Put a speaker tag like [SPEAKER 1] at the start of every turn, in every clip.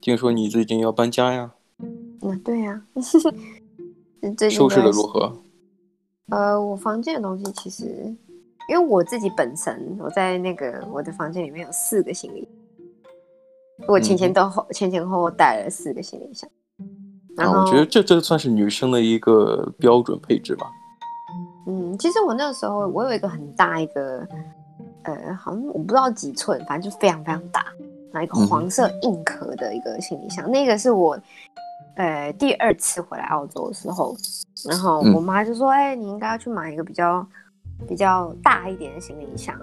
[SPEAKER 1] 听说你最近要搬家呀？
[SPEAKER 2] 那嗯 对呀、嗯最近
[SPEAKER 1] 收拾
[SPEAKER 2] 在
[SPEAKER 1] 的如何？
[SPEAKER 2] 呃，我房间的东西其实，因为我自己本身我在那个我的房间里面有四个行李，我
[SPEAKER 1] 嗯
[SPEAKER 2] 前前都后、前前后后带了四个行李箱。然后、
[SPEAKER 1] 啊，我觉得这这算是女生的一个标准配置吧。
[SPEAKER 2] 嗯，其实我那个时候我有一个很大一个，呃，好像我不知道几寸，反正就非常非常大，然后一个
[SPEAKER 1] 嗯哼
[SPEAKER 2] 黄色硬壳的一个行李箱，那个是我，呃，第二次回来澳洲的时候，然后
[SPEAKER 1] 嗯
[SPEAKER 2] 我妈就说，哎、你应该要去买一个比较比较大一点的行李箱，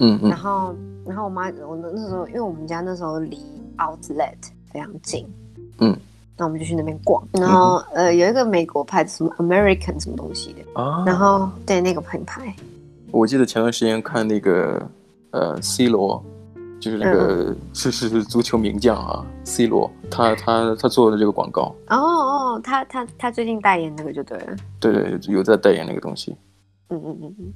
[SPEAKER 1] 嗯
[SPEAKER 2] 然
[SPEAKER 1] 嗯
[SPEAKER 2] 后，然后我妈，我那那时候，因为我们家那时候离 Outlet 非常近，
[SPEAKER 1] 嗯，
[SPEAKER 2] 那我们就去那边逛，然后、呃，有一个美国牌子什么 American 什么东西的，
[SPEAKER 1] 啊，
[SPEAKER 2] 然后对那个品牌，
[SPEAKER 1] 我记得前段时间看那个呃 C 罗，就是那
[SPEAKER 2] 嗯
[SPEAKER 1] 个、是是是足球名将啊，C 罗，他他他做的这个广告，
[SPEAKER 2] 哦哦，他他他最近代言那个就对了，
[SPEAKER 1] 对对，有在代言那个东西。
[SPEAKER 2] 嗯嗯嗯嗯，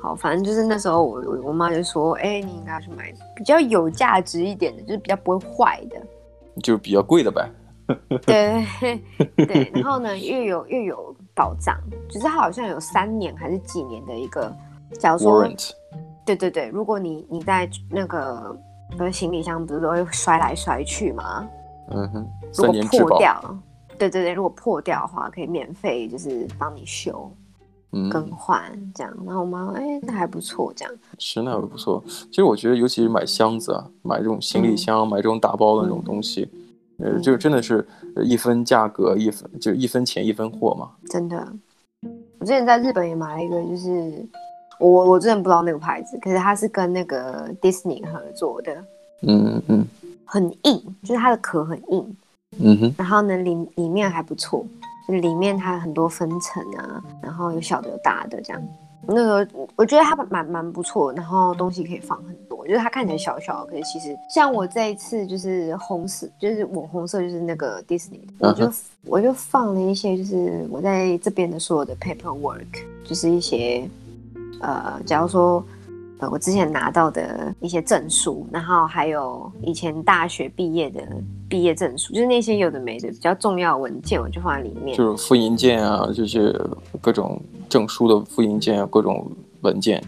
[SPEAKER 2] 好，反正就是那时候我我我妈就说，哎、你应该要去买比较有价值一点的，就是比较不会坏的，
[SPEAKER 1] 就比较贵的呗。
[SPEAKER 2] 对对对，然后呢，又有又有保障，就是它好像有三年还是几年的一个，假如说，
[SPEAKER 1] Warrant，
[SPEAKER 2] 对对对，如果你你在那个呃行李箱不是都会摔来摔去吗？
[SPEAKER 1] 嗯哼，
[SPEAKER 2] 如
[SPEAKER 1] 三
[SPEAKER 2] 果
[SPEAKER 1] 年质
[SPEAKER 2] 破
[SPEAKER 1] 保，
[SPEAKER 2] 掉，对对对，如果破掉的话，可以免费就是帮你修更
[SPEAKER 1] 嗯，
[SPEAKER 2] 换这样。然后我妈说，哎，那还不错这样。
[SPEAKER 1] 是那不错。其实我觉得，尤其是买箱子啊，买这种行李箱，买这种打包的那种东西，呃，
[SPEAKER 2] 嗯
[SPEAKER 1] 就真的是呃一分价格一分，就一分钱一分货嘛。
[SPEAKER 2] 真的。我之前在日本也买了一个，就是我我之前不知道那个牌子，可是它是跟那个 Disney 合作的，
[SPEAKER 1] 嗯嗯
[SPEAKER 2] 很硬，就是它的壳很硬，
[SPEAKER 1] 嗯哼，
[SPEAKER 2] 然后呢里里面还不错，就是里面它很多分层啊，然后有小的有大的这样。那个我觉得它蛮蛮不错，然后东西可以放很多，就是它看起来小小的，可是其实像我这一次就是红色，就是我红色就是那个 Disney，我就、
[SPEAKER 1] 嗯
[SPEAKER 2] 我就放了一些就是我在这边的所有的 paperwork，就是一些呃，假如说呃我之前拿到的一些证书，然后还有以前大学毕业的毕业证书，就是那些有的没的比较重要的文件，我就放在里面。
[SPEAKER 1] 就是复印件啊，就是各种证书的复印件啊，各种文件。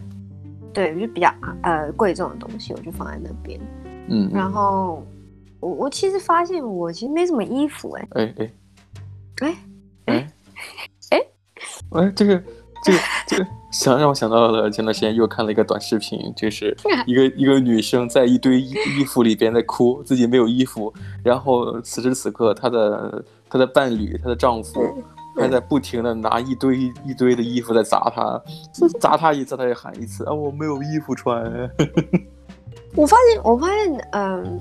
[SPEAKER 2] 对，就比较呃贵重的东西，我就放在那边。
[SPEAKER 1] 嗯，
[SPEAKER 2] 然后我我其实发现我其实没什么衣服哎、
[SPEAKER 1] 哎哎
[SPEAKER 2] 哎
[SPEAKER 1] 哎
[SPEAKER 2] 哎
[SPEAKER 1] 哎，这个这个这个，想让我想到了前段时间又看了一个短视频，就是一个一个女生在一堆衣衣服里边在哭，自己没有衣服，然后此时此刻她的她的伴侣她的丈夫。还在不停的拿一堆一堆的衣服在砸她，砸她一次，她也喊一次啊，我没有衣服穿。
[SPEAKER 2] 我发现我发现嗯、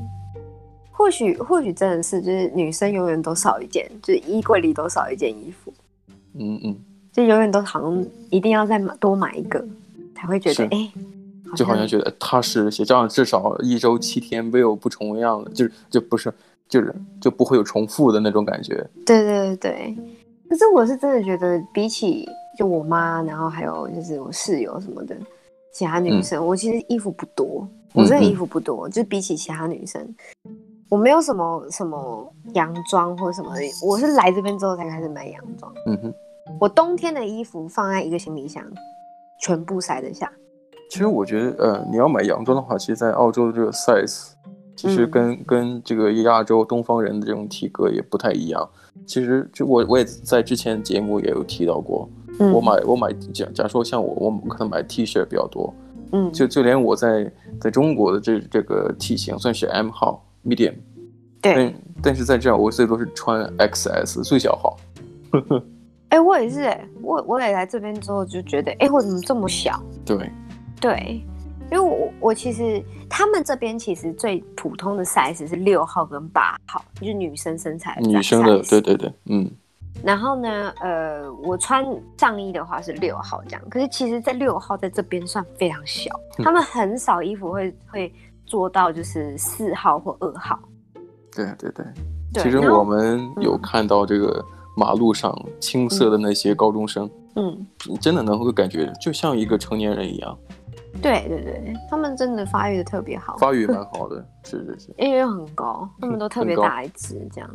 [SPEAKER 2] 或许或许真的是就是女生永远都少一件，就是衣柜里都少一件衣服，
[SPEAKER 1] 嗯嗯，
[SPEAKER 2] 就永远都好像一定要再买多买一个才会觉
[SPEAKER 1] 是
[SPEAKER 2] 得哎、好
[SPEAKER 1] 就好像
[SPEAKER 2] 像
[SPEAKER 1] 觉得踏实些，这样至少一周七天没有不重样的，就是就不是就是就不会有重复的那种感觉。
[SPEAKER 2] 对对对对。可是我是真的觉得，比起就我妈，然后还有就是我室友什么的，其他女
[SPEAKER 1] 嗯
[SPEAKER 2] 生，我其实衣服不多，我真的衣服不多，就比起其他女生，我没有什么什么洋装或什么的，我是来这边之后才开始买洋装。
[SPEAKER 1] 嗯哼，
[SPEAKER 2] 我冬天的衣服放在一个行李箱，全部塞得下。
[SPEAKER 1] 其实我觉得，呃，你要买洋装的话，其实，在澳洲的这个 size，其实
[SPEAKER 2] 嗯
[SPEAKER 1] 跟、跟这个亚洲东方人的这种体格也不太一样。其实，就我我也在之前节目也有提到过，
[SPEAKER 2] 嗯，
[SPEAKER 1] 我买我买假假如说像我，我可能买 T 恤比较多，
[SPEAKER 2] 嗯
[SPEAKER 1] 就就连我在在中国的这这个体型算是 M 号 medium，
[SPEAKER 2] 对，
[SPEAKER 1] 但但是在这儿我最多是穿 XS 最小号。
[SPEAKER 2] 哎、我也是、哎，我我也来这边之后就觉得，哎、我怎么这么小？
[SPEAKER 1] 对，
[SPEAKER 2] 对，因为我我其实他们这边其实最普通的 size 是六号跟八号，就是女生身材
[SPEAKER 1] 女生的，
[SPEAKER 2] size
[SPEAKER 1] 对。对对，嗯
[SPEAKER 2] 然后呢，呃，我穿上衣的话是六号这样，可是其实，在六号在这边算非常小，
[SPEAKER 1] 嗯
[SPEAKER 2] 他们很少衣服会会做到就是四号或二号。
[SPEAKER 1] 对对对。
[SPEAKER 2] 对，
[SPEAKER 1] 其实
[SPEAKER 2] 然后嗯
[SPEAKER 1] 我们有看到这个马路上青涩的那些高中生，
[SPEAKER 2] 嗯，
[SPEAKER 1] 你真的能够感觉就像一个成年人一样。
[SPEAKER 2] 对对对，他们真的发育的特别好，
[SPEAKER 1] 发育蛮好的，是是是，
[SPEAKER 2] 因为很高，他们都特别
[SPEAKER 1] 很高
[SPEAKER 2] 大一只，这样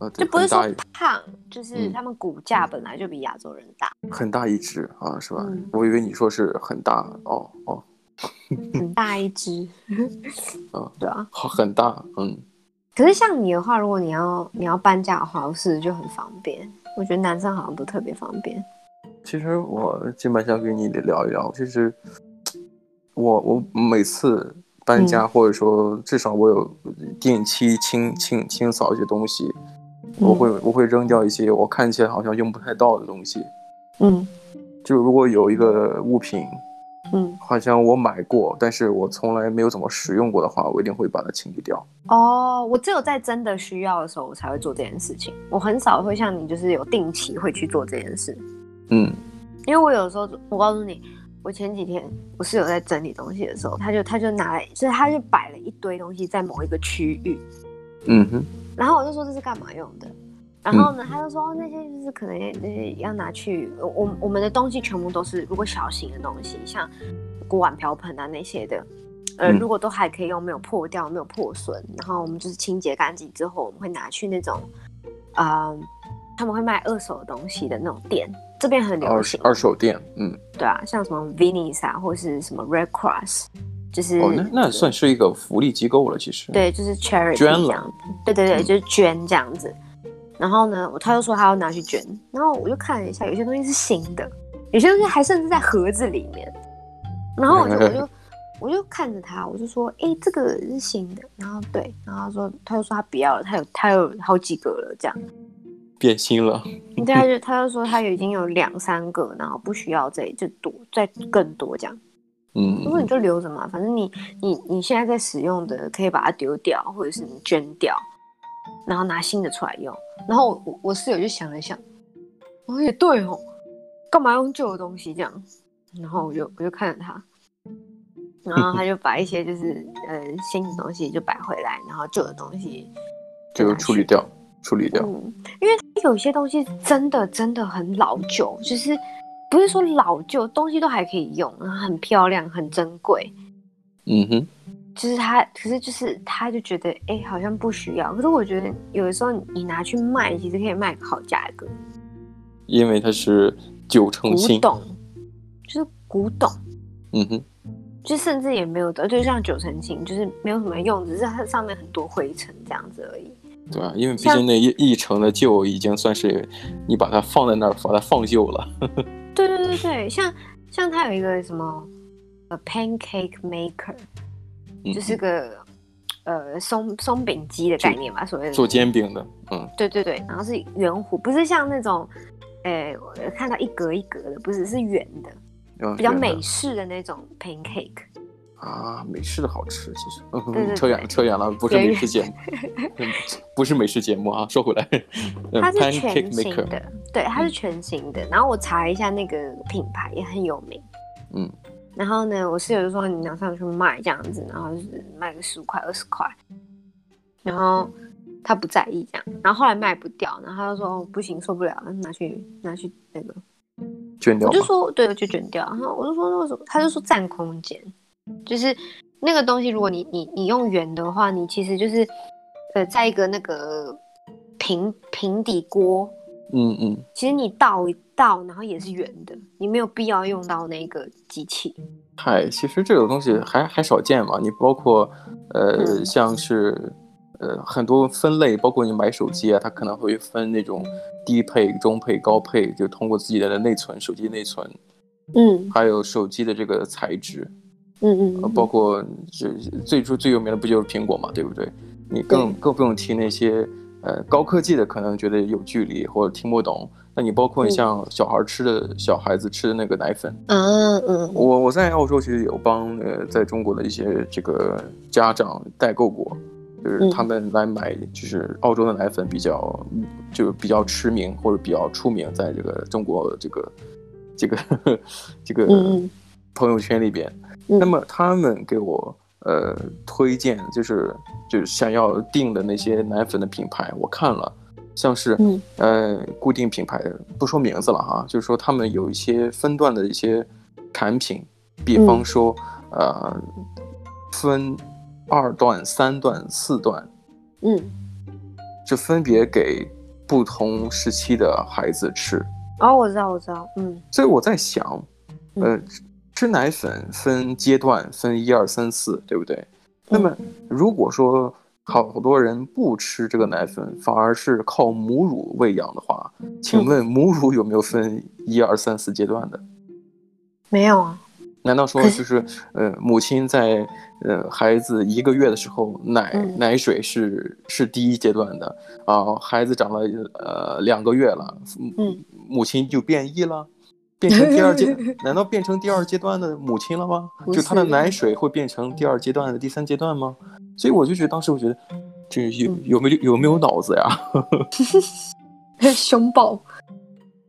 [SPEAKER 1] 呃，
[SPEAKER 2] 就
[SPEAKER 1] 对
[SPEAKER 2] 不是
[SPEAKER 1] 很
[SPEAKER 2] 说
[SPEAKER 1] 大一
[SPEAKER 2] 胖，就是
[SPEAKER 1] 嗯
[SPEAKER 2] 他们骨架本来就比亚洲人大，
[SPEAKER 1] 很大一只啊，是吧
[SPEAKER 2] 嗯？
[SPEAKER 1] 我以为你说是很大哦哦，
[SPEAKER 2] 很大一只
[SPEAKER 1] 哦，
[SPEAKER 2] 对啊。
[SPEAKER 1] 好很大，嗯，
[SPEAKER 2] 可是像你的话，如果你要你要搬家的话，我是就很方便。我觉得男生好像都特别方便。
[SPEAKER 1] 其实我就蛮想跟你聊一聊，就是我我每次搬家，
[SPEAKER 2] 嗯
[SPEAKER 1] 或者说至少我有定期清清清扫一些东西，
[SPEAKER 2] 嗯
[SPEAKER 1] 我会我会扔掉一些我看起来好像用不太到的东西。
[SPEAKER 2] 嗯
[SPEAKER 1] 就如果有一个物品，
[SPEAKER 2] 嗯
[SPEAKER 1] 好像我买过，但是我从来没有怎么使用过的话，我一定会把它清理掉。
[SPEAKER 2] 哦，我只有在真的需要的时候，我才会做这件事情。我很少会像你，就是有定期会去做这件事。
[SPEAKER 1] 嗯
[SPEAKER 2] 因为我有时候，我告诉你，我前几天我室友在整理东西的时候，他就他就拿来，就是他就摆了一堆东西在某一个区域，
[SPEAKER 1] 嗯哼
[SPEAKER 2] 然后我就说这是干嘛用的，然后
[SPEAKER 1] 嗯
[SPEAKER 2] 呢，他就说哦那些就是可能那些要拿去，我我我们的东西全部都是如果小型的东西，像锅碗瓢盆啊那些的，呃，
[SPEAKER 1] 嗯
[SPEAKER 2] 如果都还可以用，没有破掉，没有破损，然后我们就是清洁干净之后，我们会拿去那种，啊、他们会卖二手的东西的那种店，这边很流
[SPEAKER 1] 二
[SPEAKER 2] 行
[SPEAKER 1] 手，二手店，嗯，
[SPEAKER 2] 对啊，像什么 Venice 啊，或是什么 Red Cross，就是、
[SPEAKER 1] 哦，那那算是一个福利机构了，其实。，
[SPEAKER 2] 嗯对，就是 charity
[SPEAKER 1] 捐了
[SPEAKER 2] 这样，对对对，
[SPEAKER 1] 嗯
[SPEAKER 2] 就是捐这样子。然后呢，我他就说他要拿去捐，然后我就看了一下，有些东西是新的，有些东西还甚至在盒子里面。然后我就我就我就看着他，我就说，诶，这个是新的。然后对，然后他说他就说他不要了，他有他有好几个 了这样。
[SPEAKER 1] 变心了。
[SPEAKER 2] 对，他就他就说他已经有两三个，然后不需要再就多再更多这样。
[SPEAKER 1] 嗯，
[SPEAKER 2] 如果你就留着嘛，反正你你你现在在使用的，可以把它丢掉，或者是你捐掉，然后拿新的出来用。然后我我我室友就想了想，哦也对哦，干嘛用旧的东西这样？然后我就我就看着他，然后他就把一些就是呃新的东西就摆回来，然后旧的东西
[SPEAKER 1] 这个处理掉，处理掉。
[SPEAKER 2] 嗯，因为有些东西真的真的很老旧，就是不是说老旧东西都还可以用，然后很漂亮，很珍贵。
[SPEAKER 1] 嗯哼，
[SPEAKER 2] 就是他，可是就是他就觉得，哎、好像不需要。可是我觉得有的时候你拿去卖，其实可以卖个好价格。
[SPEAKER 1] 因为它是九成
[SPEAKER 2] 古
[SPEAKER 1] 新。
[SPEAKER 2] 董就是古董，
[SPEAKER 1] 嗯哼，
[SPEAKER 2] 就甚至也没有的，就像九成新，就是没有什么用，只是它上面很多灰尘这样子而已。
[SPEAKER 1] 对吧？因为毕
[SPEAKER 2] 像
[SPEAKER 1] 竟那一一成的旧已经算是你把它放在那儿，把它放旧了。
[SPEAKER 2] 对对对对，像像它有一个什么呃 pancake maker，
[SPEAKER 1] 嗯
[SPEAKER 2] 就是个呃松松饼机的概念吧，所谓的
[SPEAKER 1] 做煎饼的，嗯
[SPEAKER 2] 对对对，然后是圆弧，不是像那种，诶、我看到一格一格的，不是是圆的，
[SPEAKER 1] 嗯，
[SPEAKER 2] 比较
[SPEAKER 1] 圆的
[SPEAKER 2] 美式的那种 pancake。
[SPEAKER 1] 啊，美式的好吃，其实。嗯
[SPEAKER 2] 对 对
[SPEAKER 1] 扯远
[SPEAKER 2] 对
[SPEAKER 1] 了，扯远了，不是
[SPEAKER 2] 对
[SPEAKER 1] 美食节目， 嗯不是美食节目啊。说回来，嗯
[SPEAKER 2] 它是全
[SPEAKER 1] ，pancake
[SPEAKER 2] 新
[SPEAKER 1] maker，嗯
[SPEAKER 2] 的，对，它是全新的。然后我查了一下那个品牌也很有名，
[SPEAKER 1] 嗯。
[SPEAKER 2] 然后呢，我室友就说你拿上去卖这样子，然后就是卖个十五块二十块，然后他不在意这样，然后后来卖不掉，然后他就说、哦、不行受不了，拿去拿去那个
[SPEAKER 1] 卷掉
[SPEAKER 2] 我
[SPEAKER 1] 吧
[SPEAKER 2] 就。说对，我就卷掉。然后我就说为什么？他就说占空间，就是那个东西，如果你你你用圆的话，你其实就是呃，在一个那个平平底锅，
[SPEAKER 1] 嗯嗯，
[SPEAKER 2] 其实你倒一倒，然后也是圆的，你没有必要用到那个机器。
[SPEAKER 1] 嗨，其实这种东西还还少见嘛。你包括呃，
[SPEAKER 2] 嗯
[SPEAKER 1] 像是呃很多分类，包括你买手机啊，它可能会分那种低配、中配、高配，就通过自己的内存、手机内存，
[SPEAKER 2] 嗯
[SPEAKER 1] 还有手机的这个材质，
[SPEAKER 2] 嗯
[SPEAKER 1] 呃，包括这最初最有名的不就是苹果嘛，对不对？你更更不用提那些呃高科技的，可能觉得有距离或者听不懂。那你包括
[SPEAKER 2] 嗯
[SPEAKER 1] 像小孩吃的、小孩子吃的那个奶粉，
[SPEAKER 2] 啊嗯
[SPEAKER 1] 我我在澳洲其实有帮呃在中国的一些这个家长代购过，就是
[SPEAKER 2] 嗯
[SPEAKER 1] 他们来买就是澳洲的奶粉比较就比较驰名或者比较出名，在这个中国这个这个 这个
[SPEAKER 2] 嗯嗯
[SPEAKER 1] 朋友圈里边。
[SPEAKER 2] 嗯
[SPEAKER 1] 那么他们给我呃推荐就是就是想要订的那些奶粉的品牌，我看了。像是
[SPEAKER 2] 嗯
[SPEAKER 1] 呃固定品牌，不说名字了哈，就是说他们有一些分段的一些产品，比方说、
[SPEAKER 2] 嗯
[SPEAKER 1] 呃，分二段、三段、四段，
[SPEAKER 2] 嗯，
[SPEAKER 1] 就分别给不同时期的孩子吃。
[SPEAKER 2] 哦，我知道，我知道，嗯
[SPEAKER 1] 所以我在想，呃，吃奶粉分阶段，分一二三四，对不对？那么如果说好多人不吃这个奶粉，反而是靠母乳喂养的话，请问母乳有没有分一二三四阶段的？
[SPEAKER 2] 没有 啊，
[SPEAKER 1] 难道说
[SPEAKER 2] 可是
[SPEAKER 1] 就是呃，母亲在呃孩子一个月的时候，奶、
[SPEAKER 2] 嗯
[SPEAKER 1] 奶水是是第一阶段的啊、孩子长了呃两个月了，母
[SPEAKER 2] 嗯
[SPEAKER 1] 母亲就变异了，变成第二 阶，难道变成第二阶段的母亲了吗？
[SPEAKER 2] 不
[SPEAKER 1] 就她的
[SPEAKER 2] 是
[SPEAKER 1] 奶水会变成第二阶段的第三阶段吗？所以我就觉得当时我觉得，这有
[SPEAKER 2] 嗯
[SPEAKER 1] 有没有有没有脑子呀？
[SPEAKER 2] 熊抱，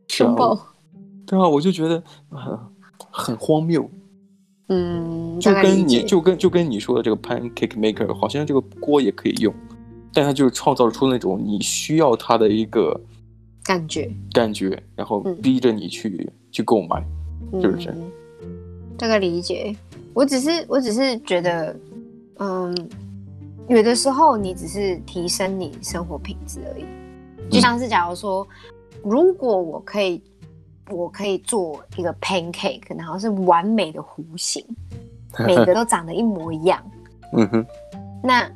[SPEAKER 2] 熊抱，
[SPEAKER 1] 对啊，我就觉得很很荒谬。
[SPEAKER 2] 嗯，
[SPEAKER 1] 就
[SPEAKER 2] 大概理
[SPEAKER 1] 跟你
[SPEAKER 2] 解
[SPEAKER 1] 就跟就跟你说的这个 pancake maker，好像这个锅也可以用，但它就是创造出那种你需要它的一个
[SPEAKER 2] 感觉
[SPEAKER 1] 感觉，然后
[SPEAKER 2] 嗯
[SPEAKER 1] 逼着你去、去购买。就是这样
[SPEAKER 2] 嗯，大概理解。我只是我只是觉得，嗯，有的时候你只是提升你生活品质而已。
[SPEAKER 1] 嗯
[SPEAKER 2] 就像是假如说，如果我可以，我可以做一个 pancake，然后是完美的弧形，每个都长得一模一样，
[SPEAKER 1] 嗯哼，
[SPEAKER 2] 那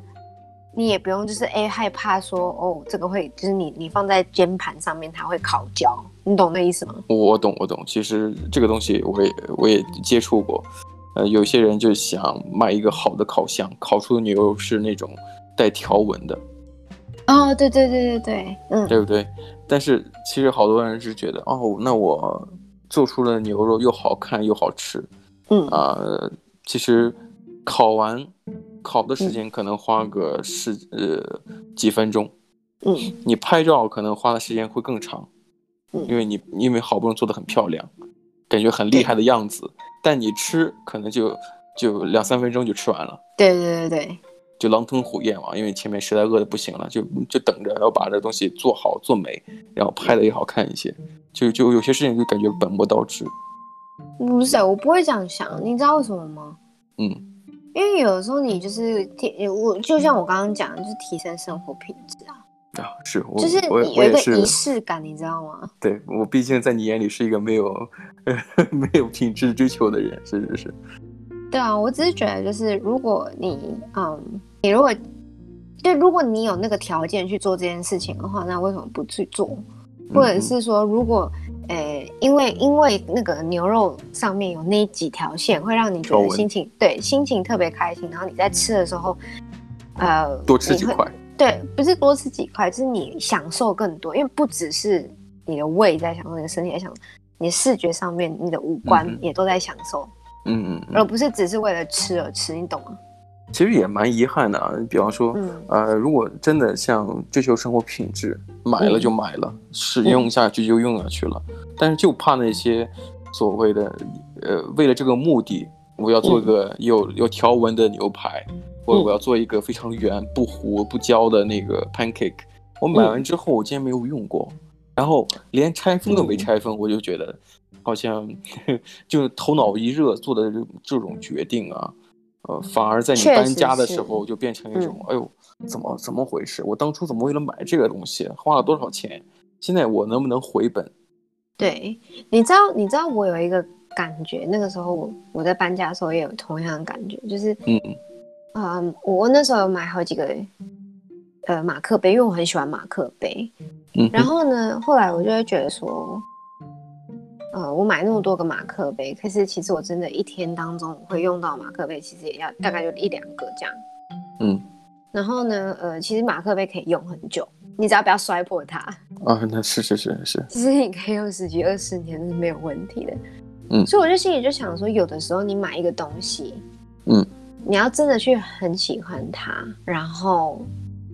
[SPEAKER 2] 你也不用就是哎、害怕说哦这个会就是你你放在煎盘上面它会烤焦，你懂那意思吗？
[SPEAKER 1] 我我懂我懂。其实这个东西我也我也接触过，呃，有些人就想买一个好的烤箱，烤出的牛肉是那种带条纹的，
[SPEAKER 2] 哦，对对对对对，嗯，
[SPEAKER 1] 对不对？但是其实好多人是觉得，哦，那我做出了牛肉又好看又好吃，
[SPEAKER 2] 嗯
[SPEAKER 1] 啊、其实烤完烤的
[SPEAKER 2] 嗯
[SPEAKER 1] 时间可能花个十、呃几分钟，
[SPEAKER 2] 嗯
[SPEAKER 1] 你拍照可能花的时间会更长，
[SPEAKER 2] 嗯
[SPEAKER 1] 因为你因为好不容易做的很漂亮，感觉很厉害的样子，但你吃可能就就两三分钟就吃完了。
[SPEAKER 2] 对对对对，
[SPEAKER 1] 就狼吞虎咽嘛，因为前面实在饿的不行了，就就等着要把这东西做好做美，然后拍的也好看一些，就就有些事情就感觉本末倒置。
[SPEAKER 2] 不是，啊我不会这样想，你知道为什么吗？
[SPEAKER 1] 嗯
[SPEAKER 2] 因为有的时候你就是提，我就像我刚刚讲，的，就是提升生活品质啊，
[SPEAKER 1] 啊，是我
[SPEAKER 2] 就是
[SPEAKER 1] 我
[SPEAKER 2] 你
[SPEAKER 1] 我
[SPEAKER 2] 有一
[SPEAKER 1] 也
[SPEAKER 2] 个
[SPEAKER 1] 是啊
[SPEAKER 2] 仪式感，你知道吗？
[SPEAKER 1] 对我毕竟在你眼里是一个没有 没有品质追求的人，是是是，
[SPEAKER 2] 对啊，我只是觉得就是如果你，嗯，你如果对，如果你有那个条件去做这件事情的话，那为什么不去做？
[SPEAKER 1] 嗯
[SPEAKER 2] 或者是说，如果，诶、因为因为那个牛肉上面有那几条线，会让你觉
[SPEAKER 1] 条
[SPEAKER 2] 得
[SPEAKER 1] 纹
[SPEAKER 2] 心情对心情特别开心，然后你在吃的时候，呃，
[SPEAKER 1] 多吃
[SPEAKER 2] 你
[SPEAKER 1] 几
[SPEAKER 2] 会
[SPEAKER 1] 块，
[SPEAKER 2] 对，不是多吃几块，就是你享受更多，因为不只是你的胃在享受，你的身体在享受，你视觉上面、你的五官
[SPEAKER 1] 嗯哼
[SPEAKER 2] 也都在享受，
[SPEAKER 1] 嗯嗯
[SPEAKER 2] 而
[SPEAKER 1] 嗯，
[SPEAKER 2] 不是只是为了吃而吃，你懂吗？
[SPEAKER 1] 其实也蛮遗憾的啊。比方说，
[SPEAKER 2] 嗯
[SPEAKER 1] 呃，如果真的像追求生活品质，买了
[SPEAKER 2] 嗯
[SPEAKER 1] 就买了，使用下去就用下去了，但是就怕那些所谓的呃，为了这个目的，我要做个有有条纹的牛排，或者
[SPEAKER 2] 嗯
[SPEAKER 1] 我要做一个非常圆不糊不焦的那个 pancake，我
[SPEAKER 2] 嗯
[SPEAKER 1] 买完之后我竟然没有用过，然后连拆封都
[SPEAKER 2] 嗯
[SPEAKER 1] 没拆封，我就觉得好像 就头脑一热做的这这种决定啊，呃，反而在你
[SPEAKER 2] 确
[SPEAKER 1] 搬
[SPEAKER 2] 实
[SPEAKER 1] 家的
[SPEAKER 2] 是
[SPEAKER 1] 时候就变成一
[SPEAKER 2] 嗯
[SPEAKER 1] 种，哎呦，怎么怎么回事？我当初怎么为了买这个东西花了多少钱？现在我能不能回本？
[SPEAKER 2] 对，你知道，你知道我有一个感觉，那个时候我我在搬家的时候也有同样的感觉，就是
[SPEAKER 1] 嗯
[SPEAKER 2] 嗯，我那时候有买好几个呃马克杯，因为我很喜欢马克杯，
[SPEAKER 1] 嗯哼，
[SPEAKER 2] 然后呢，后来我就会觉得说，呃，我买那么多个马克杯，可是其实我真的一天当中会用到马克杯，其实也要大概就一两个这样。
[SPEAKER 1] 嗯
[SPEAKER 2] 然后呢，呃，其实马克杯可以用很久，你只要不要摔破它，
[SPEAKER 1] 啊，那是是是是，
[SPEAKER 2] 其实你可以用十几二十年是没有问题的。
[SPEAKER 1] 嗯
[SPEAKER 2] 所以我就心里就想说，有的时候你买一个东西，
[SPEAKER 1] 嗯，
[SPEAKER 2] 你要真的去很喜欢它，然后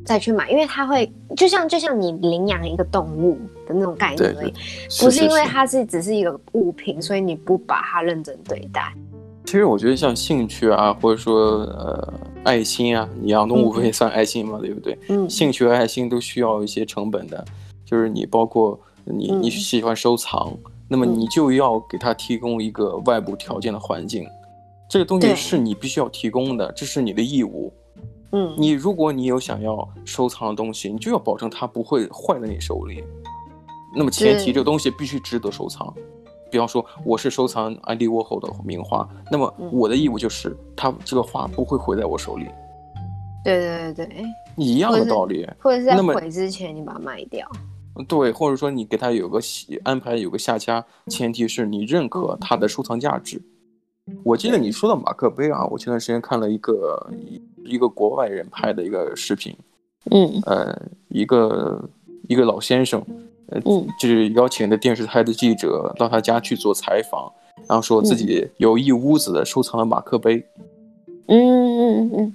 [SPEAKER 2] 再去买，因为它会就像就像你领养一个动物的那种概念
[SPEAKER 1] 对
[SPEAKER 2] 而已，
[SPEAKER 1] 是
[SPEAKER 2] 不是
[SPEAKER 1] 是
[SPEAKER 2] 因为
[SPEAKER 1] 是
[SPEAKER 2] 它是只是一个物品，所以你不把它认真对待。
[SPEAKER 1] 其实我觉得像兴趣啊，或者说呃爱心啊，你养动物
[SPEAKER 2] 嗯
[SPEAKER 1] 不也算爱心嘛，对不对？
[SPEAKER 2] 嗯，
[SPEAKER 1] 兴趣和爱心都需要一些成本的，就是你包括你
[SPEAKER 2] 嗯
[SPEAKER 1] 你喜欢收藏，那么
[SPEAKER 2] 嗯
[SPEAKER 1] 你就要给它提供一个外部条件的环境，这个东西是你必须要提供的，这是你的义务。
[SPEAKER 2] 嗯，
[SPEAKER 1] 你如果你有想要收藏的东西，你就要保证它不会坏在你手里。那么前提，
[SPEAKER 2] 对
[SPEAKER 1] 这个东西必须值得收藏。比方说，我是收藏安迪沃霍的名画，那么
[SPEAKER 2] 嗯
[SPEAKER 1] 我的义务就是，它这个画不会毁在我手里，
[SPEAKER 2] 对对对对，
[SPEAKER 1] 一样
[SPEAKER 2] 或
[SPEAKER 1] 的
[SPEAKER 2] 者
[SPEAKER 1] 道理。
[SPEAKER 2] 或者是在
[SPEAKER 1] 那么
[SPEAKER 2] 毁之前你把它卖掉。
[SPEAKER 1] 对，或者说你给它有个喜安排，有个下家，前提是你认
[SPEAKER 2] 嗯
[SPEAKER 1] 可它的收藏价值。我记得你说到马克杯啊，我前段时间看了一个一个国外人拍的一个视频，
[SPEAKER 2] 嗯
[SPEAKER 1] 呃，一个一个老先生，呃，
[SPEAKER 2] 嗯
[SPEAKER 1] 就是邀请的电视台的记者到他家去做采访，然后说自己有一屋子的收藏的马克杯，
[SPEAKER 2] 嗯嗯嗯嗯，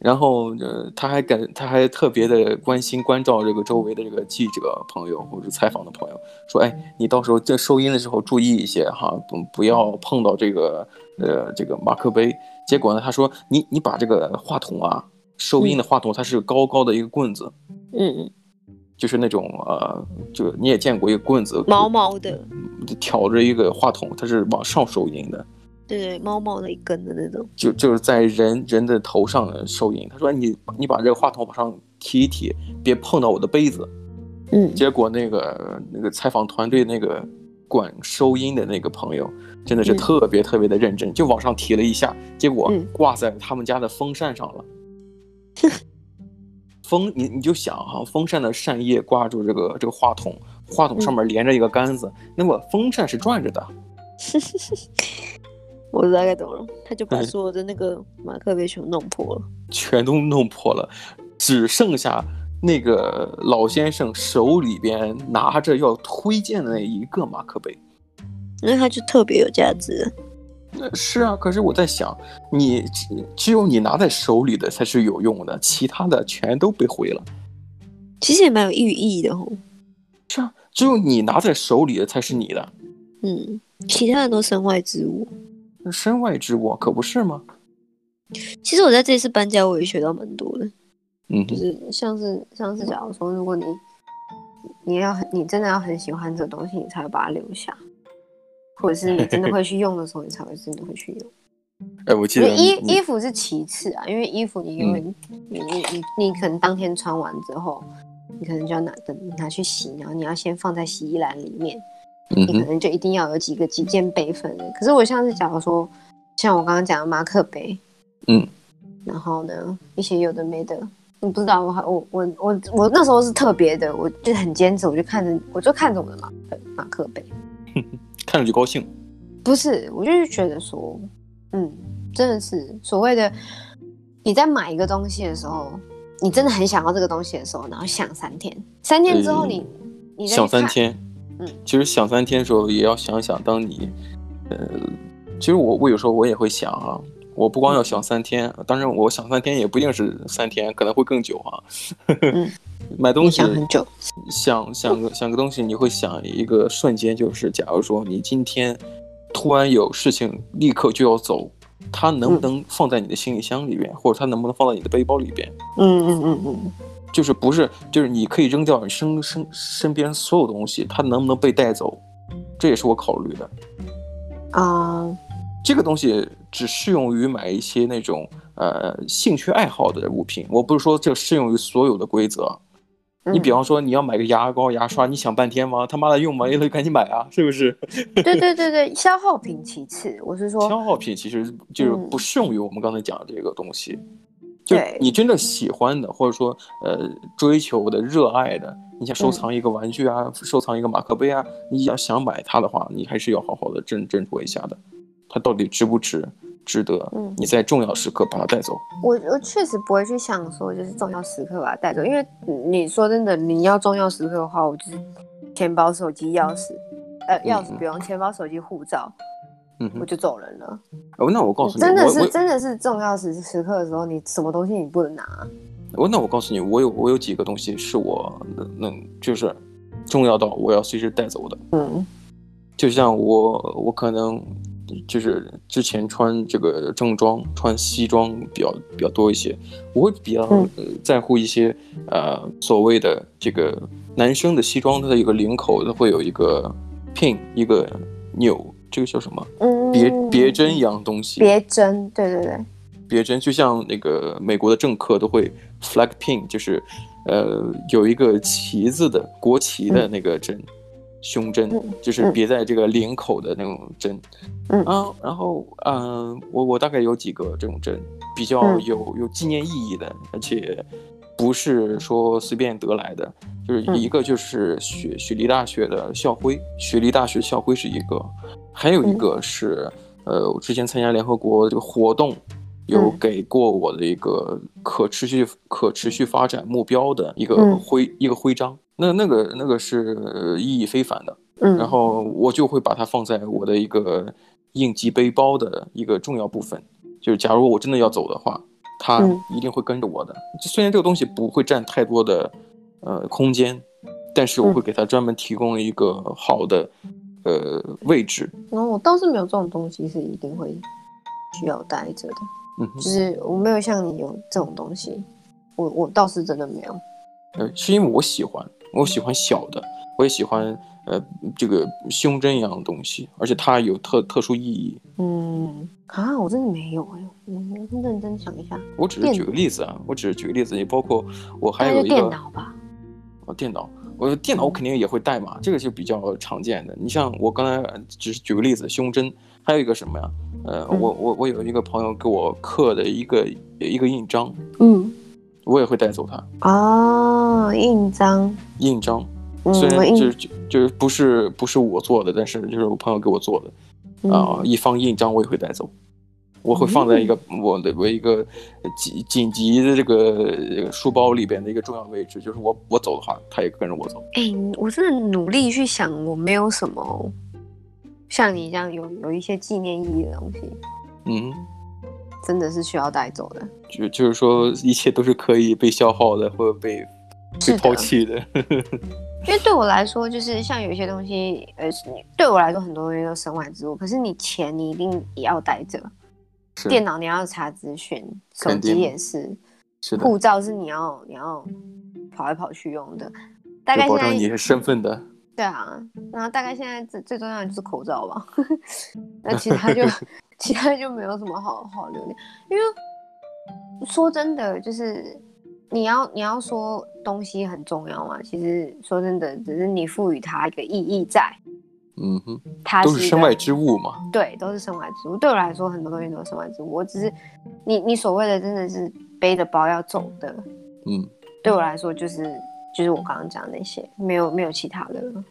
[SPEAKER 1] 然后呃，他还感他还特别的关心关照这个周围的这个记者朋友或者采访的朋友，说，哎，你到时候这收音的时候注意一些哈，不不要碰到这个呃这个马克杯。结果呢，他说你你把这个话筒啊，收音的话筒它是高高的一个棍子，
[SPEAKER 2] 嗯，
[SPEAKER 1] 就是那种呃，就你也见过一个棍子，
[SPEAKER 2] 毛毛的，
[SPEAKER 1] 挑着一个话筒，它是往上收音的。
[SPEAKER 2] 对对，毛毛的一根的那种。
[SPEAKER 1] 就就是在人人的头上收音。他说你你把这个话筒往上提一提，别碰到我的杯子。
[SPEAKER 2] 嗯
[SPEAKER 1] 结果那个那个采访团队那个管收音的那个朋友，真的是
[SPEAKER 2] 嗯
[SPEAKER 1] 特别特别的认真，就往上提了一下，结果
[SPEAKER 2] 嗯
[SPEAKER 1] 挂在他们家的风扇上了。 风，你你就想哈、风扇的扇叶挂住这个这个话筒，话筒上面连着一个杆子，那么风扇是转着的，
[SPEAKER 2] 我大概懂了，他就把
[SPEAKER 1] 对
[SPEAKER 2] 所有的那个马克杯全部弄破了。
[SPEAKER 1] 全都弄破了，只剩下那个老先生手里边拿着要推荐的那一个马克杯。
[SPEAKER 2] 那它就特别有价值。
[SPEAKER 1] 呃是啊，可是我在想，你只只有你拿在手里的才是有用的，其他的全都被毁了。
[SPEAKER 2] 其实也蛮有寓意的哦。
[SPEAKER 1] 是啊，只有你拿在手里的才是你的，
[SPEAKER 2] 嗯，其他的都身外之物。
[SPEAKER 1] 身外之物可不是吗？
[SPEAKER 2] 其实我在这次搬家，我也学到蛮多的，
[SPEAKER 1] 嗯
[SPEAKER 2] 就
[SPEAKER 1] 哼，
[SPEAKER 2] 是像是像是假如说，如果你你要很你真的要很喜欢这个东西，你才会把它留下，或者是你真的会去用的时候，你才会真的会去用。
[SPEAKER 1] 哎，我记
[SPEAKER 2] 因
[SPEAKER 1] 得
[SPEAKER 2] 为衣
[SPEAKER 1] 你嗯
[SPEAKER 2] 衣服是其次啊，因为衣服你因为、你你你你可能当天穿完之后，你可能就要拿等拿去洗，然后你要先放在洗衣篮里面，
[SPEAKER 1] 嗯
[SPEAKER 2] 你
[SPEAKER 1] 哼
[SPEAKER 2] 可能就一定要有几个几件备份的。可是我像是假如说，像我刚刚讲的马克杯，
[SPEAKER 1] 嗯，
[SPEAKER 2] 然后呢一些有的没的，我不知道我还我我我我那时候是特别的，我就很坚持，我就看着我就看着我的马克马克杯，
[SPEAKER 1] 看着就高兴。
[SPEAKER 2] 不是，我就是觉得说，嗯，真的是所谓的你在买一个东西的时候，你真的很想要这个东西的时候，然后想三天，三天之后
[SPEAKER 1] 嗯
[SPEAKER 2] 你、你再去
[SPEAKER 1] 想三
[SPEAKER 2] 看，
[SPEAKER 1] 天，
[SPEAKER 2] 嗯，
[SPEAKER 1] 其实想三天的时候也要想想，当你，呃，其实我我有时候我也会想啊，我不光要想三天，当然我想三天也不一定是三天，可能会更久啊。
[SPEAKER 2] 嗯
[SPEAKER 1] 买东
[SPEAKER 2] 你
[SPEAKER 1] 西
[SPEAKER 2] 想很久，
[SPEAKER 1] 想想个想个东西，你会想一个瞬间，就是假如说你今天突然有事情，立刻就要走，它
[SPEAKER 2] 嗯
[SPEAKER 1] 能不能放在你的行李箱里边，或者它能不能放在你的背包里边？
[SPEAKER 2] 嗯嗯嗯嗯，
[SPEAKER 1] 就是不是就是你可以扔掉你身身身边所有东西，它能不能被带走，这也是我考虑的。
[SPEAKER 2] 啊、
[SPEAKER 1] 这个东西只适用于买一些那种呃兴趣爱好的物品，我不是说这适用于所有的规则。你比
[SPEAKER 2] 嗯
[SPEAKER 1] 方说你要买个牙膏、牙刷，你想半天吗？他妈的用完了赶紧买啊，是不是？
[SPEAKER 2] 对对对对，消耗品其次，我是说，
[SPEAKER 1] 消耗品其实就是
[SPEAKER 2] 嗯
[SPEAKER 1] 不适用于我们刚才讲的这个东西。就
[SPEAKER 2] 对
[SPEAKER 1] 你真正喜欢的，或者说呃追求的、热爱的，你想收
[SPEAKER 2] 嗯
[SPEAKER 1] 藏一个玩具啊，收藏一个马克杯啊，你要想买它的话，你还是要好好的斟斟酌一下的，它到底值不值，值得
[SPEAKER 2] 嗯，
[SPEAKER 1] 你在重要时刻把它带走。
[SPEAKER 2] 我我确实不会去想说就是重要时刻把它带走，因为你说真的，你要重要时刻的话，我就是钱包、手机、钥匙，呃，钥匙不用，钱包、手机、护照，
[SPEAKER 1] 嗯
[SPEAKER 2] 我
[SPEAKER 1] 哼，
[SPEAKER 2] 就走人了。
[SPEAKER 1] 哦，那我告诉你，
[SPEAKER 2] 真的
[SPEAKER 1] 我
[SPEAKER 2] 是
[SPEAKER 1] 我
[SPEAKER 2] 真的是重要时时刻的时候，你什么东西你不能拿？
[SPEAKER 1] 我那我告诉你，我有我有几个东西是我能能就是重要到我要随时带走的。
[SPEAKER 2] 嗯
[SPEAKER 1] 就像我，我可能就是之前穿这个正装、穿西装比较比较多一些，我会比较、
[SPEAKER 2] 嗯
[SPEAKER 1] 呃在乎一些呃所谓的这个男生的西装，它的一个领口它会有一个 pin 一个钮，这个叫什么？
[SPEAKER 2] 嗯
[SPEAKER 1] 别别针一样东西。
[SPEAKER 2] 别针，对对对，
[SPEAKER 1] 别针就像那个美国的政客都会 flag pin，就是呃有一个旗子的国旗
[SPEAKER 2] 嗯
[SPEAKER 1] 的那个针，胸针，就是别在这个领口的那种针。
[SPEAKER 2] 嗯
[SPEAKER 1] 啊，然后嗯、呃我我大概有几个这种针，比较
[SPEAKER 2] 嗯
[SPEAKER 1] 有有纪念意义的，而且不是说随便得来的。就是
[SPEAKER 2] 嗯
[SPEAKER 1] 一个就是雪雪梨大学的校徽，雪梨大学校徽是一个，还有一
[SPEAKER 2] 嗯
[SPEAKER 1] 个是、呃，我之前参加联合国这个活动，有
[SPEAKER 2] 嗯
[SPEAKER 1] 给过我的一个可持续可持续发展目标的一个
[SPEAKER 2] 嗯
[SPEAKER 1] 徽、一个徽章，那那个那个是呃意义非凡的。
[SPEAKER 2] 嗯，
[SPEAKER 1] 然后我就会把它放在我的一个应急背包的一个重要部分，就是假如我真的要走的话，它
[SPEAKER 2] 嗯
[SPEAKER 1] 一定会跟着我的。就虽然这个东西不会占太多的呃空间，但是我
[SPEAKER 2] 嗯
[SPEAKER 1] 会给它专门提供一个好的呃位置。
[SPEAKER 2] 然后我倒是没有这种东西是一定会需要带着的，
[SPEAKER 1] 嗯哼，
[SPEAKER 2] 就是我没有像你有这种东西，我我倒是真的没有。
[SPEAKER 1] 呃，是因为我喜欢，我喜欢小的，我也喜欢呃这个胸针一样的东西，而且它有特特殊意义。
[SPEAKER 2] 嗯，啊，我真的没有哎、我我认真想一下，
[SPEAKER 1] 我只是
[SPEAKER 2] 电
[SPEAKER 1] 举个例子啊，我只是举个例子，也包括我还
[SPEAKER 2] 那
[SPEAKER 1] 有
[SPEAKER 2] 就
[SPEAKER 1] 一个
[SPEAKER 2] 电脑吧。
[SPEAKER 1] 哦，电脑，我电
[SPEAKER 2] 嗯
[SPEAKER 1] 脑我肯定也会带嘛，这个就比较常见的。你像我刚才只是举个例子，胸针，还有一个什么呀？呃，
[SPEAKER 2] 嗯
[SPEAKER 1] 我我我有一个朋友给我刻的一个一个印章，
[SPEAKER 2] 嗯，
[SPEAKER 1] 我也会带走它。
[SPEAKER 2] 哦，印章，
[SPEAKER 1] 印章
[SPEAKER 2] 嗯，
[SPEAKER 1] 虽
[SPEAKER 2] 我
[SPEAKER 1] 然就
[SPEAKER 2] 印
[SPEAKER 1] 是就就是不是不是我做的，但是就是我朋友给我做的啊、
[SPEAKER 2] 嗯
[SPEAKER 1] 一方印章我也会带走。我会放在一个我的我一个紧紧急的这个呃书包里边的一个重要位置，就是我我走的话，它也跟着我走。
[SPEAKER 2] 哎、我真的努力去想，我没有什么像你一样有有一些纪念意义的东西，
[SPEAKER 1] 嗯。
[SPEAKER 2] 真的是需要带走的。
[SPEAKER 1] 就就是说，一切都是可以被消耗的，或者被
[SPEAKER 2] 是
[SPEAKER 1] 被
[SPEAKER 2] 的
[SPEAKER 1] 抛弃 的。
[SPEAKER 2] 因为对我来说，就是像有一些东西，呃，是对我来说很多东西都身外之物，可是你钱你一定也要带着，
[SPEAKER 1] 是
[SPEAKER 2] 电脑你要查资讯，手
[SPEAKER 1] 肯定
[SPEAKER 2] 机也是，
[SPEAKER 1] 是的，
[SPEAKER 2] 护照是你要你要跑来跑去用的。大概
[SPEAKER 1] 就
[SPEAKER 2] 现
[SPEAKER 1] 保证你
[SPEAKER 2] 在
[SPEAKER 1] 是身份的。
[SPEAKER 2] 对啊，然后大
[SPEAKER 1] 嗯
[SPEAKER 2] 概现在最最重要的就是口 罩吧，那其他就其他就没有什么好好留恋，因为说真的，就是你要你要说东西很重要嘛，其实说真的，只是你赋予它一个意义在，
[SPEAKER 1] 嗯哼，
[SPEAKER 2] 它
[SPEAKER 1] 都是
[SPEAKER 2] 一
[SPEAKER 1] 身
[SPEAKER 2] 个
[SPEAKER 1] 外之物嘛。
[SPEAKER 2] 对，都是身外之物。对我来说，很多东西都是身外之物。我只是你你所谓的真的是背着包要走的，
[SPEAKER 1] 嗯，
[SPEAKER 2] 对我来说就是就是我刚刚讲的那些，没有没有其他的了。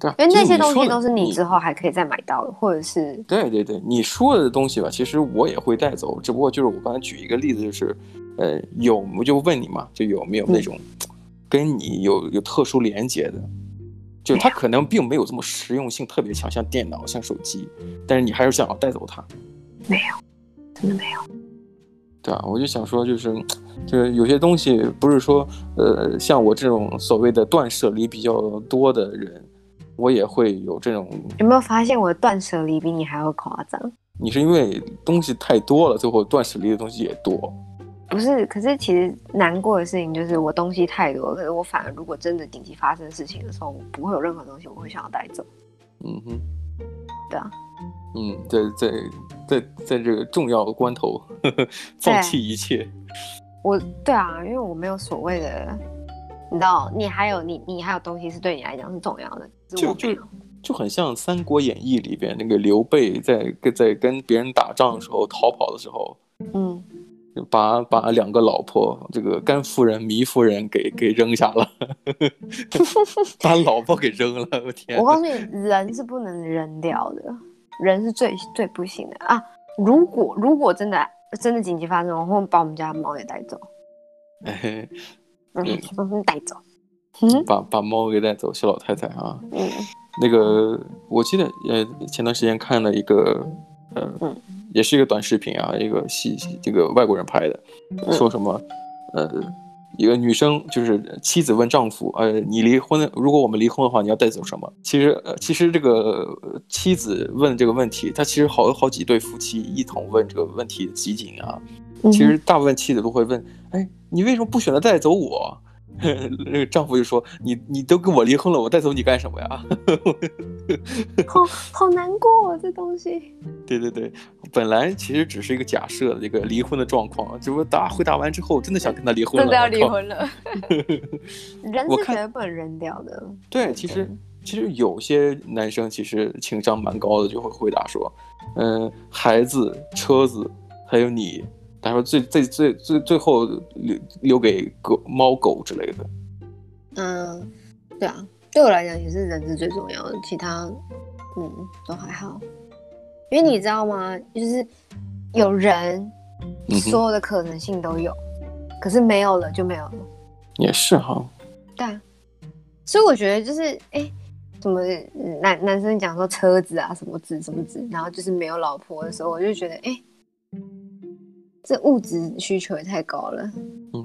[SPEAKER 1] 对啊，
[SPEAKER 2] 因为
[SPEAKER 1] 就是
[SPEAKER 2] 那些
[SPEAKER 1] 你
[SPEAKER 2] 东
[SPEAKER 1] 说
[SPEAKER 2] 西
[SPEAKER 1] 的嗯
[SPEAKER 2] 都是你之后还可以再买到的，或者是
[SPEAKER 1] 对对对，你说的东西吧，其实我也会带走，只不过就是我刚才举一个例子，就是，呃，有我就问你嘛，就有没有
[SPEAKER 2] 嗯
[SPEAKER 1] 那种跟你有有特殊连接的，
[SPEAKER 2] 哎
[SPEAKER 1] 就是它可能并没有这么实用性特别强，像电脑、像手机，但是你还是想要带走它。
[SPEAKER 2] 没有，真的没
[SPEAKER 1] 有。对啊，我就想说，就是，就是有些东西不是说，呃，像我这种所谓的断舍离比较多的人，我也会有这种
[SPEAKER 2] 有没有发现我的断舍离比你还要夸张？
[SPEAKER 1] 你是因为东西太多了，最后断舍离的东西也多。
[SPEAKER 2] 不是，可是其实难过的事情就是我东西太多，可是我反而如果真的紧急发生事情的时候，我不会有任何东西我会想要带走。
[SPEAKER 1] 嗯哼，
[SPEAKER 2] 对啊，
[SPEAKER 1] 嗯，在在在在这个重要的关 头，呵呵放弃一切。
[SPEAKER 2] 我对啊，因为我没有所谓的，你知道，你还有你你还有东西是对你来讲是重要的，只是
[SPEAKER 1] 就
[SPEAKER 2] 我没有
[SPEAKER 1] 就就很像《三国演义》里边那个刘备在跟在跟别人打仗的时候逃跑的时候，
[SPEAKER 2] 嗯，
[SPEAKER 1] 把把两个老婆，这个甘夫人、糜夫人给给扔下了， 把老婆给扔了，我天
[SPEAKER 2] 我！告诉你，人是不能扔掉的，人是最最不行的啊！如果如果真的真的紧急发生，我会把我们家的猫也带走，
[SPEAKER 1] 哎
[SPEAKER 2] 嗯
[SPEAKER 1] 嗯，
[SPEAKER 2] 嗯带走，嗯
[SPEAKER 1] 把把猫给带走，小老太太啊。
[SPEAKER 2] 嗯
[SPEAKER 1] 那个我记得呃前段时间看了一个呃、
[SPEAKER 2] 嗯
[SPEAKER 1] 也是一个短视频啊，一个西这个外国人拍的，
[SPEAKER 2] 嗯
[SPEAKER 1] 说什么呃一个女生就是妻子问丈夫呃你离婚如果我们离婚的话你要带走什么？其实呃其实这个呃妻子问这个问题，她其实好好几对夫妻一同问这个问题的集锦啊，
[SPEAKER 2] 嗯，
[SPEAKER 1] 其实大部分妻子都会问：“哎，你为什么不选择带走 我？”那个丈夫就说：“你你都跟我离婚了，我带走你干什么呀？”
[SPEAKER 2] 嗯好好难过、哦、这东西。
[SPEAKER 1] 对对对，本来其实只是一个假设的一个离婚的状况，只不过答回答完之后，真的想跟他离婚了，
[SPEAKER 2] 真的要离 婚了。人是绝不能扔掉的。
[SPEAKER 1] 对，其实其实有些男生其实情商蛮高的，就会回答说，嗯、呃，孩子、车子，还有你。他说最最最最最后留留给狗、猫狗之类的。
[SPEAKER 2] 嗯，对啊，对我来讲也是人是最重要的，其他嗯都还好。因为你知道吗？就是有人，
[SPEAKER 1] 嗯哼
[SPEAKER 2] 所有的可能性都有，可是没有了就没有了。
[SPEAKER 1] 也是哈，
[SPEAKER 2] 对啊，所以我觉得就是哎、诶怎么嗯男男生讲说车子啊什么子什么子，
[SPEAKER 1] 嗯
[SPEAKER 2] 然后就是没有老婆的时候，我就觉得哎、诶这物质需求也太 高了。
[SPEAKER 1] 嗯，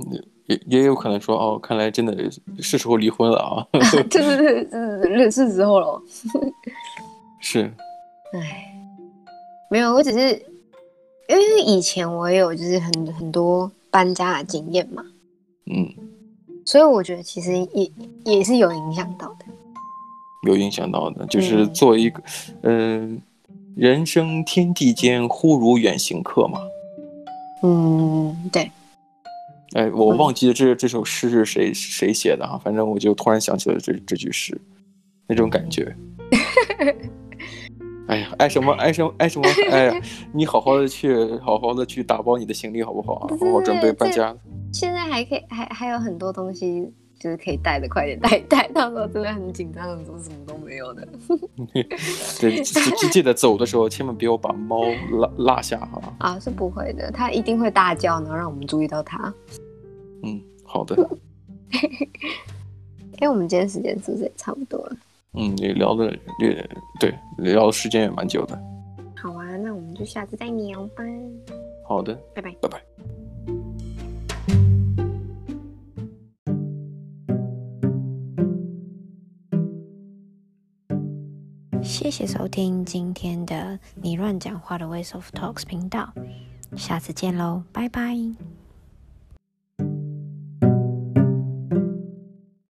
[SPEAKER 1] 也也有可能说哦，看来真的是时候离婚了啊。
[SPEAKER 2] 对对对对对对，是时候了。
[SPEAKER 1] 是，
[SPEAKER 2] 唉，没有，我只是因为以前我也有就是很很多搬家的经验嘛，
[SPEAKER 1] 嗯，
[SPEAKER 2] 所以我觉得其实也也是有影响到的。
[SPEAKER 1] 有影响到的，就是
[SPEAKER 2] 嗯
[SPEAKER 1] 作为一个，嗯、人生天地间，忽如远行客嘛。
[SPEAKER 2] 嗯，对，
[SPEAKER 1] 哎，我
[SPEAKER 2] 嗯
[SPEAKER 1] 忘记了这这首诗是谁谁写的哈、啊反正我就突然想起了这这句诗，那种感觉。哎呀，爱什么爱什么爱什么，哎呀，你好好的去，好好的去打包你的行李好不好啊？好好准备搬家。
[SPEAKER 2] 现在还可以还还有很多东西就是可以带的，快点带 带，到时候真的很紧张的时候什么都没有的。
[SPEAKER 1] 对，记记记得走的时候千万不要把猫落落下哈、
[SPEAKER 2] 啊，是不会的，它一定会大叫，然后让我们注意到它。
[SPEAKER 1] 嗯，好的，
[SPEAKER 2] 哎，我们今天时间是不是也差不多了？
[SPEAKER 1] 嗯，也聊的也对，聊的时间也蛮久的。
[SPEAKER 2] 好啊，那我们就下次再聊吧，
[SPEAKER 1] 好的，
[SPEAKER 2] 拜拜。
[SPEAKER 1] 拜拜。
[SPEAKER 3] 谢谢收听今天的你乱讲话的 Ways of Talks 频道，下次见喽，拜拜。